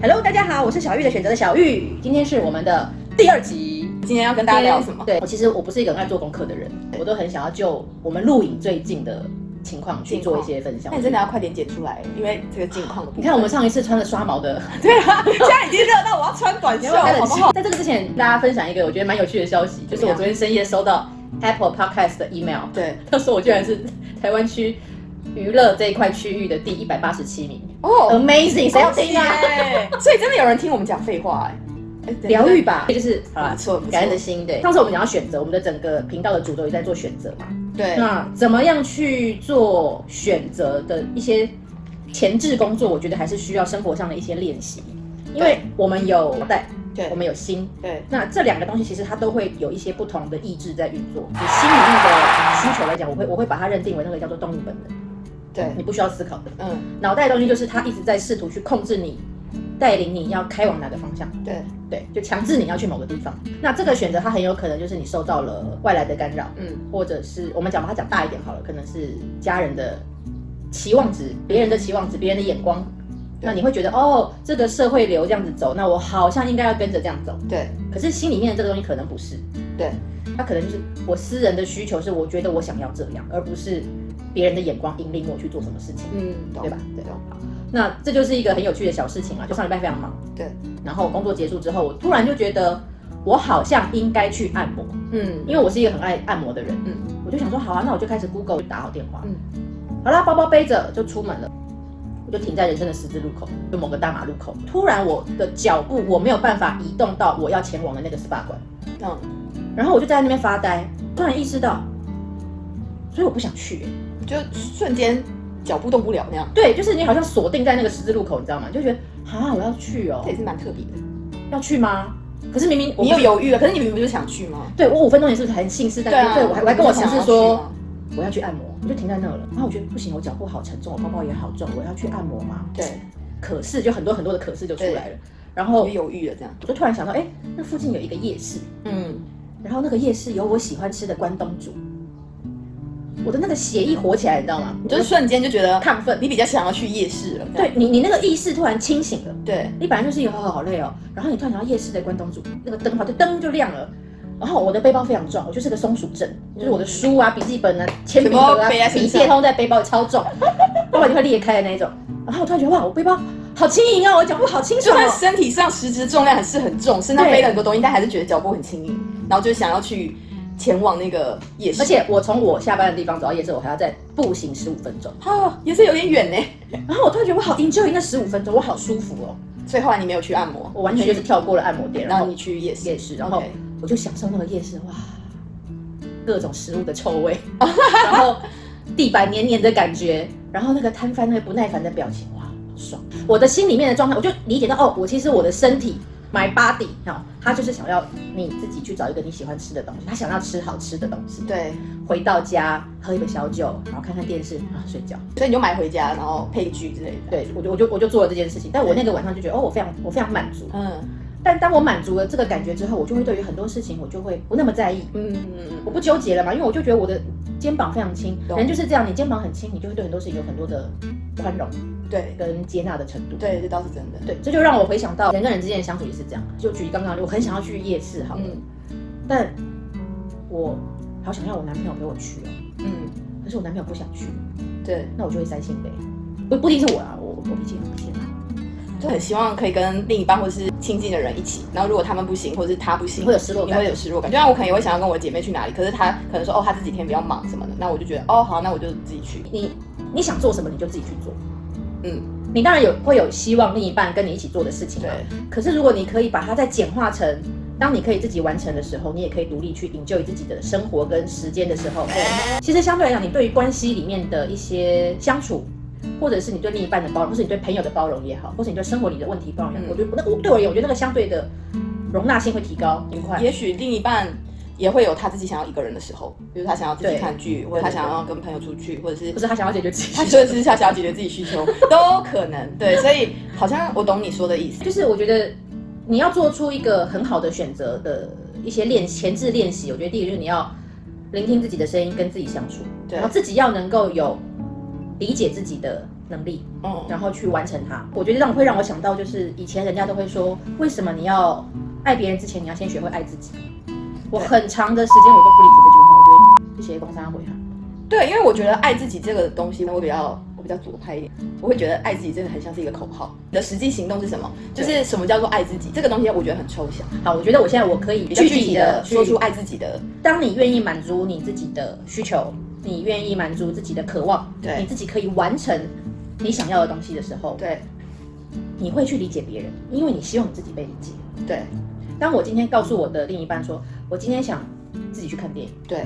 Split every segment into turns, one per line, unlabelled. Hello，大家好，我是小玉的选择的小玉，今天是我们的第二集。
今天要跟大家聊什么？
对，我其实我不是一个很爱做功课的人，我都很想要就我们录影最近的情况去
情况
做一些分享
那。你真的要快点剪出来，因为这个近况的部分。
你看我们上一次穿了刷毛的，
对啊，现在已经热到我要穿 短
你
袖，
要不要开
好
冷
不
气
好？？
在这个之前，大家分享一个我觉得蛮有趣的消息，就是我
怎么样
昨天深夜收到 Apple Podcast 的 email，
对，
他说我居然是台湾区娱乐这一块区域的第一百八十七名
哦，
，Amazing，谁要听啊？
哎，所以真的有人听我们讲废话哎，哎，对
疗愈，吧，就是好
不
啦，
错，不错
感恩的心对。上次我们讲到选择，我们的整个频道的主轴也在做选择嘛。
对，
那怎么样去做选择的一些前置工作，我觉得还是需要生活上的一些练习，因为我们有带，
对
我们有心，
对，
那这两个东西其实它都会有一些不同的意志在运作。以心理面的需求来讲，我会我会把它认定为那个叫做动物本能，
对，
你不需要思考的。
嗯，
脑袋的东西就是它一直在试图去控制你，带领你要开往哪个方向。
对，
对，就强制你要去某个地方。那这个选择，它很有可能就是你受到了外来的干扰，
嗯，
或者是我们讲把它讲大一点好了，可能是家人的期望值、别人的期望值、别人的眼光。
对
那你会觉得哦，这个社会流这样子走，那我好像应该要跟着这样走。
对，
可是心里面的这个东西可能不是，
对，
它可能就是我私人的需求是我觉得我想要这样，而不是别人的眼光引领我去做什么事情。
嗯，懂
对吧对
懂，
那这就是一个很有趣的小事情啊，就上礼拜非常忙，
对，
然后工作结束之后，我突然就觉得我好像应该去按摩，
嗯，
因为我是一个很爱按摩的人，
嗯，
我就想说好啊，那我就开始 Google 就打好电话，
嗯
好啦，包包背着就出门了，我就停在人生的十字路口，就某个大马路口，突然我的脚步我没有办法移动到我要前往的那个 SPA 馆，
嗯，
然后我就在那边发呆，突然意识到，所以我不想去、欸
就瞬间脚步动不了那样，
对，就是你好像锁定在那个十字路口，你知道吗？你就觉得啊，我要去哦
这，也是蛮特别的。
要去吗？可是明明我
你
不
又犹豫了，可是你明明不是想去吗？啊
对我五分钟也是很信誓旦旦，对我还我还跟我同事说我要去按摩，我就停在那了。然后我觉得不行，我脚步好沉重，我包包也好重，我要去按摩嘛。
对，
可是就很多很多的可是就出来了。然后
我犹豫了这样，
我就突然想到，哎，那附近有一个夜市，
嗯，
然后那个夜市有我喜欢吃的关东煮，我的那个血液火起来，你知道吗？
你就是瞬间就觉得
我亢奋，
你比较想要去夜市了，这
对
样
你你那个意识突然清醒了。
对。
你本来就是一个好好累哦，然后你突然想到夜市的关东煮，那个灯泡就灯就亮了。然后我的背包非常重，我就是个松鼠症，就是我的书啊、笔记本啊、铅笔盒
全部
啊
嗯都背在、身
笔
上
电通在背包里超 重，包包就会裂开的那一种。然后我突然觉得哇，我背包好轻盈哦，我脚步好清
就
爽
算
哦。
身体上实质重量还是很重，身上
对
背了很多东西，但还是觉得脚步很轻盈，然后就想要去前往那个夜市，
而且我从我下班的地方走到夜市，我还要再步行十五分钟。
啊也是有点远呢。
然后我突然觉得我好 enjoy 那十五分钟，我好舒服哦。
所以后来你没有去按摩，
我完全就是跳过了按摩店，然
然
后
后你去夜市，
夜市，然后
OK
我就享受那个夜市，哇，各种食物的臭味，然后地板黏黏的感觉，然后那个摊贩那个不耐烦的表情，哇，好爽！我的心里面的状态，我就理解到，哦，我其实我的身体，my body，哦，他就是想要你自己去找一个你喜欢吃的东西，他想要吃好吃的东西，
对，
回到家喝一杯小酒，然后看看电视，然后睡觉。
所以你就买回家，然后配剧之类的。
对，我就我就我就做了这件事情，但我那个晚上就觉得，哦，我非常我非常满足。
嗯
但当我满足了这个感觉之后，我就会对于很多事情我就会不那么在意，
嗯嗯
我不纠结了嘛，因为我就觉得我的肩膀非常轻，
懂
人就是这样，你肩膀很轻，你就会对很多事情有很多的宽容
嗯，对
跟接纳的程度。
对，这倒是真的。
对，这就让我回想到人跟人之间的相处也是这样。就举刚刚，我很想要去夜市好了，
嗯
但我好想要我男朋友陪我去哦，
嗯，
可是我男朋友不想去，
对，
那我就会塞心呗。不不一定是我啊，我我脾气很不行啊，
就很希望可以跟另一半或是亲近的人一起。然后如果他们不行，或是他不
你
行
会，有失落
你
感
会。有失落感。就像我可能也会想要跟我姐妹去哪里，可是她可能说哦，她这几天比较忙什么的，那我就觉得哦好，那我就自己去。
你你想做什么你就自己去做，
嗯，
你当然有会有希望另一半跟你一起做的事情嘛。
对
可是如果你可以把它再简化成，当你可以自己完成的时候，你也可以独立去 enjoy 自己的生活跟时间的时候，对，其实相对来讲，你对于关系里面的一些相处，或者是你对另一半的包容，或是你对朋友的包容也好，或是你对生活里的问题包容也好，
嗯
我觉得那我对我而言，我觉得那个相对的容纳性会提高，愉快。
也许另一半也会有他自己想要一个人的时候，比如他想要自己看剧，或者他想要跟朋友出去，或者是
不是他想要解决自己
他，就是想要解决自己需求，都可能。对，所以好像我懂你说的意思。
就是我觉得你要做出一个很好的选择的一些练前置练习，我觉得第一个就是你要聆听自己的声音，跟自己相处，
对
然后自己要能够有理解自己的能力，
嗯，
然后去完成它。我觉得让会让我想到，就是以前人家都会说，为什么你要爱别人之前，你要先学会爱自己？我很长的时间我都不理解这句话，我觉得这些工商回他。
对，因为我觉得爱自己这个东西，我比较我比较左派一点，我会觉得爱自己真的很像是一个口号。你的实际行动是什么？就是什么叫做爱自己？这个东西我觉得很抽象，
好，我觉得我现在我可以
比较
具
具体
体
的
的
说出爱自己的。
当你愿意满足你自己的需求，你愿意满足自己的渴望，
对
你自己可以完成你想要的东西的时候，
对
你会去理解别人，因为你希望你自己被理解。
对
当我今天告诉我的另一半说，我今天想自己去看电影，
对，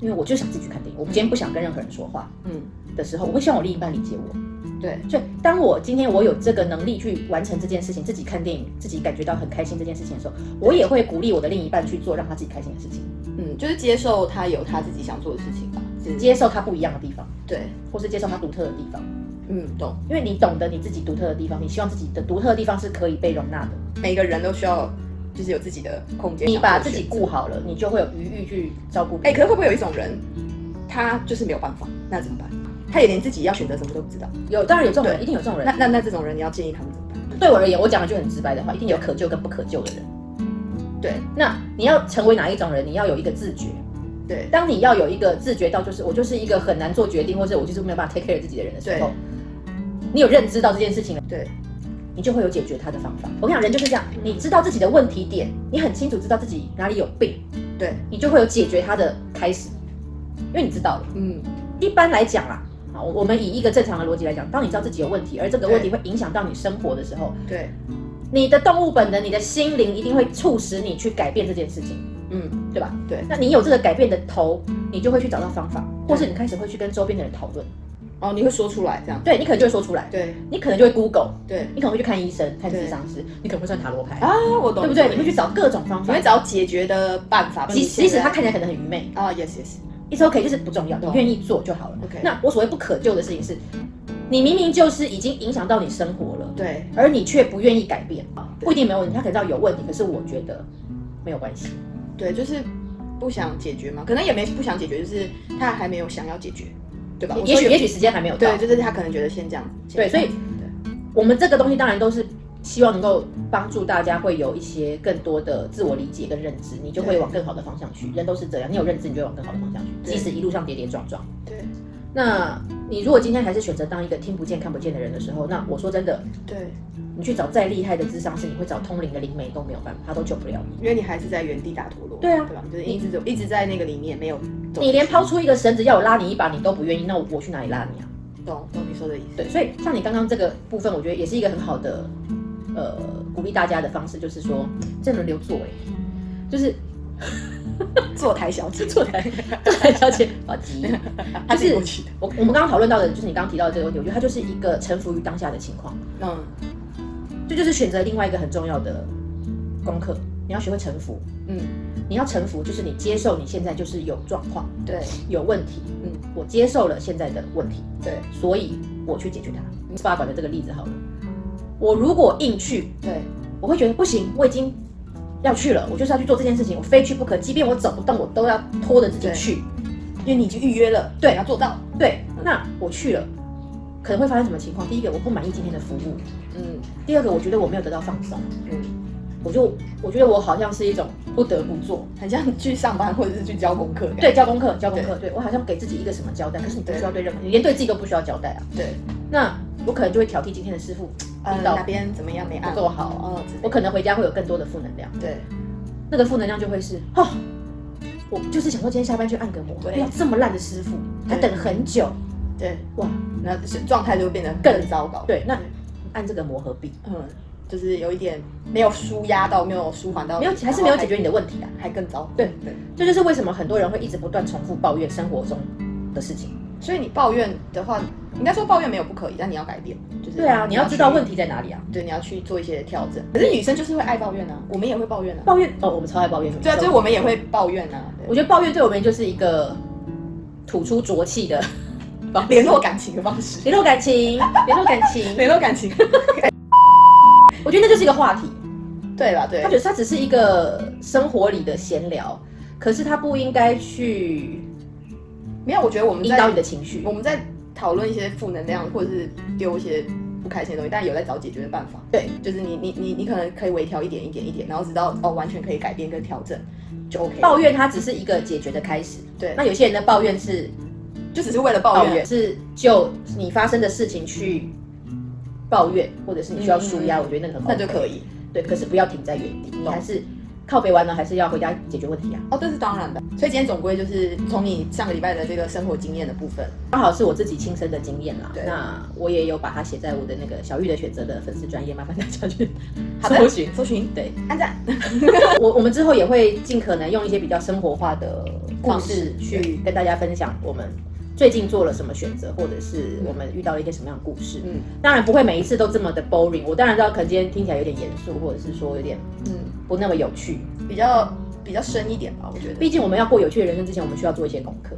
因为我就想自己去看电影，我今天不想跟任何人说话
嗯
的时候，我会希望我另一半理解我。
对
所以，当我今天我有这个能力去完成这件事情，自己看电影，自己感觉到很开心这件事情的时候，我也会鼓励我的另一半去做让他自己开心的事情，
嗯，就是接受他有他自己想做的事情吧。是
接受他不一样的地方，
对，
或是接受他独特的地方。
嗯，懂。
因为你懂得你自己独特的地方，你希望自己的独特的地方是可以被容纳的。
每个人都需要就是有自己的空间。
你
想
把
做
自
的
己
选择
顾好了，你就会有余裕去照顾
哎、
别人。
可是会不会有一种人，他就是没有办法，那怎么办？他也连自己要选择什么都不知道，
有，当然有这种人，
对
一定有这种
那
人。
那那这种人，你要建议他们怎么办？
对我而言，我讲了句很直白的话，一定有可救跟不可救的人。
对
那你要成为哪一种人，你要有一个自觉。
对
当你要有一个自觉到，就是我就是一个很难做决定，或者我就是没有办法 take care 自己的人的时候，你有认知到这件事情了，
对
你就会有解决它的方法。我跟你讲，人就是这样，你知道自己的问题点，你很清楚知道自己哪里有病，
对，
你就会有解决它的开始，因为你知道了。
嗯，
一般来讲啦，啊，我我们以一个正常的逻辑来讲，当你知道自己有问题，而这个问题会影响到你生活的时候，
对，
你的动物本能、你的心灵一定会促使你去改变这件事情，
嗯，
对吧？
对
那你有这个改变的头，你就会去找到方法，或是你开始会去跟周边的人讨论。
哦，你会说出来这样，
对你可能就会说出来，
对
你可能就会 Google，
对
你可能会去看医生、看
对
智商师，你可能会算塔罗牌，
啊，我懂，
对不对？你会去找各种方
你
法
会，找解决的办法，
即即使他看起来可能很愚昧，
啊，yes yes，
it's OK，就是不重要，你
懂
愿意做就好了。
OK
那我所谓不可救的事情是，你明明就是已经影响到你生活了，
对
而你却不愿意改变啊，
对
不一定没有问题，他可能知道有问题，可是我觉得没有关系。
对，就是不想解决嘛，可能也没不想解决，就是他还没有想要解决，对吧？我
也
说
许
有
也许时间还没有到
对，，就是他可能觉得先这样子，
对
先这样
所
子对
我们这个东西当然都是希望能够帮助大家会有一些更多的自我理解跟认知，你就会
对
往更好的方向去。人都是这样，你有认知，你就会往更好的方向去，
对
即使一路上跌跌撞撞。
对
那你如果今天还是选择当一个听不见看不见的人的时候，那我说真的，
对，
你去找再厉害的智商师，你会找通灵的灵媒都没有办法，他都救不了你。
因为你还是在原地打陀螺，
对啊
对吧？你就是一直走，一直在那个里面没有走，
你连抛出一个绳子要我拉你一把，你都不愿意，那我去哪里拉你啊？
懂懂你说的意思，
对，所以像你刚刚这个部分，我觉得也是一个很好的呃鼓励大家的方式，就是说这轮流做哎、就是
坐台小姐，
坐 台坐台小姐好急。
她
就是
是过去的，
我我们刚刚讨论到的，就是你刚刚提到的这个问题，我觉得它就是一个臣服于当下的情况，
嗯
这就是选择另外一个很重要的功课，你要学会臣服。
嗯，
你要臣服，就是你接受你现在就是有状况、
对
有问题，
嗯
嗯，我接受了现在的问题，
对
所以我去解决它。SPA 馆的这个例子好了，我如果硬去，
对
我会觉得不行，我已经要去了，我就是要去做这件事情，我非去不可，即便我走不动，我都要拖着自己
对
去。
因为你已经预约了，
对
你要做到，
对，那我去了，可能会发生什么情况？第一个，我不满意今天的服务；
嗯
第二个，我觉得我没有得到放松，
嗯，
我就我觉得我好像是一种不得不做。
很像去上班或者是去交功课，
对，交功课，交功课，对我好像给自己一个什么交
嗯
代，可是你不需要对任何，你连对自己都不需要交代啊。
对，
那我可能就会挑剔今天的师傅
呃
力道
哪边怎么样没按
不够好，
哦，之类的
我可能回家会有更多的负能量，
对
那个负能量就会是哦，我就是想说今天下班去按个摩，
对
不要这么烂的师傅，还
对
等很久，
对，
哇，
那是状态就会变得
更
更糟糕，
对，那按这个摩何必？
嗯，就是有一点没有舒压到，没有舒缓到，
没有，还是没有解决你的问题啊。
然后还，还更糟，
对
对。
这就是为什么很多人会一直不断重复抱怨生活中的事情。
所以你抱怨的话，应该说抱怨没有不可以，但你要改变，就是
对啊，你要知道问
题，
题在哪里啊。
对，你要去做一些调整。可是女生就是会爱抱怨啊，我们也会抱怨啊，
抱怨哦，我们超爱抱怨。
对啊，就是我们也会抱怨啊，
我觉得抱怨对我们就是一个吐出浊气的
对联络感情的方式，
联络感情， 联络感情。
联络感情，
我觉得那就是一个话题，
对啦，对
它，只它只是一个生活里的闲聊，可是它不应该去
没有，我觉得我们
引导你
在
的情绪
我。们在讨论一些负能量，或者是丢一些不开心的东西，但有在找解决的办法。
对，
就是你你你你可能可以微调一点一点一点，然后直到哦完全可以改变跟调整，就 OK 了。
抱怨它只是一个解决的开始。
对
那，有些人的抱怨是
就只是为了抱怨。
是就你发生的事情去抱怨，或者是你需要舒压，
嗯
我觉得那个很嗯
那就可
以。
以
对，可是不要停在原地，你
懂
还是靠北完了，还是要回家解决问题啊。
哦，这是当然的。所以今天总归就是从你上个礼拜的这个生活经验的部分，
刚哦好是我自己亲身的经验啦
对，
那我也有把它写在我的那个小玉的选择的粉丝专业，麻烦大家去
好的
搜寻。
搜寻
对，
按赞。
我我们之后也会尽可能用一些比较生活化的故
方式
事去跟大家分享我们最近做了什么选择，或者是我们遇到了一些什么样的故事。
嗯
当然不会每一次都这么的 boring，我当然知道可能今天听起来有点严肃，或者是说有点
嗯，
不那么有趣。
比较比较深一点吧，我觉得。
毕竟我们要过有趣的人生之前，我们需要做一些功课。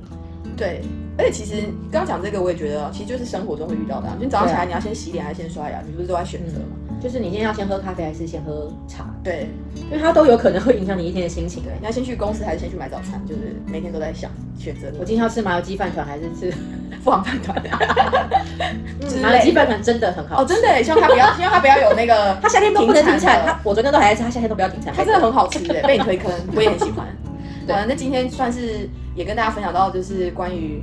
对，而且其实刚刚讲这个，我也觉得其实就是生活中会遇到的、啊，就你早上起
对
来
啊嗯
你要先洗脸还是先刷牙，你不是都在选择吗？
就是你今天要先喝咖啡还是先喝茶，
对
因为它都有可能会影响你一天的心情。啊
对，你要先去公司还是先去买早餐，就是每天都在想选择
我
我
今天要吃麻油鸡饭团还是吃
不好判 断。嗯之类的
麻油鸡饭团真的很好
哦，
吃。
真的耶，希望他不 要，希望他不要有那个
它夏天都不能停
产
产，
的
它我昨天都还在吃，它夏天都不要停产。
它真的很好吃 哎，被你推坑，我也很喜欢。
对
对，那今天算是也跟大家分享到，就是关于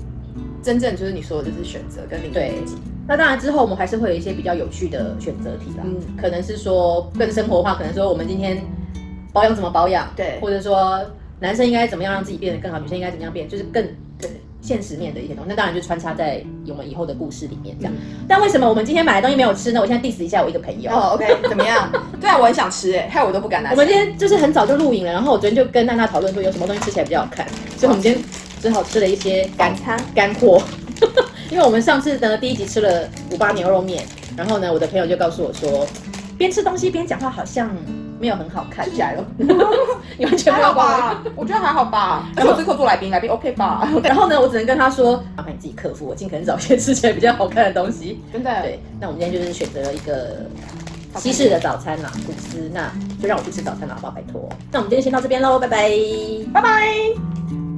真正就是你说的，就是选择跟领
对
悟自己。
那当然之后我们还是会有一些比较有趣的选择题啦，
嗯
可能是说更生活化，可能说我们今天保养怎么保养，
对
或者说男生应该怎么样让自己变得更好，女生应该怎么样
嗯
变，就是更
对
现实面的一些东西。那当然就穿插在我们以后的故事里面这样。但为什么我们今天买的东西没有吃呢？我现在 diss 一下我一个朋友。
嗯哦，OK，怎么 样？对啊，我很想吃哎，害我都不敢拿
我。们今天就是很早就录影了，然后我昨天就跟娜娜讨论说有什么东西吃起来比较好看，所以我们今天只好吃了一些干
赶餐，
干货。 因为我们上次呢第一集吃了五八牛肉面，然后呢我的朋友就告诉我说，边吃东西边讲话好像没有很好看
吃，起 来了，
你完全
还
没有
好
帮我。
吧？我觉得还好吧。 而且我是客座来宾，来宾 OK 吧？
然后呢，我只能跟他说，麻烦你自己克服，我尽可能找一些吃起来比较好看的东西。
真的，
对，那我们今天就是选择了一个西式的早餐啦，吐司，那就让我去吃早餐啦，好不好？拜托。那我们今天先到这边喽，拜拜。
拜拜。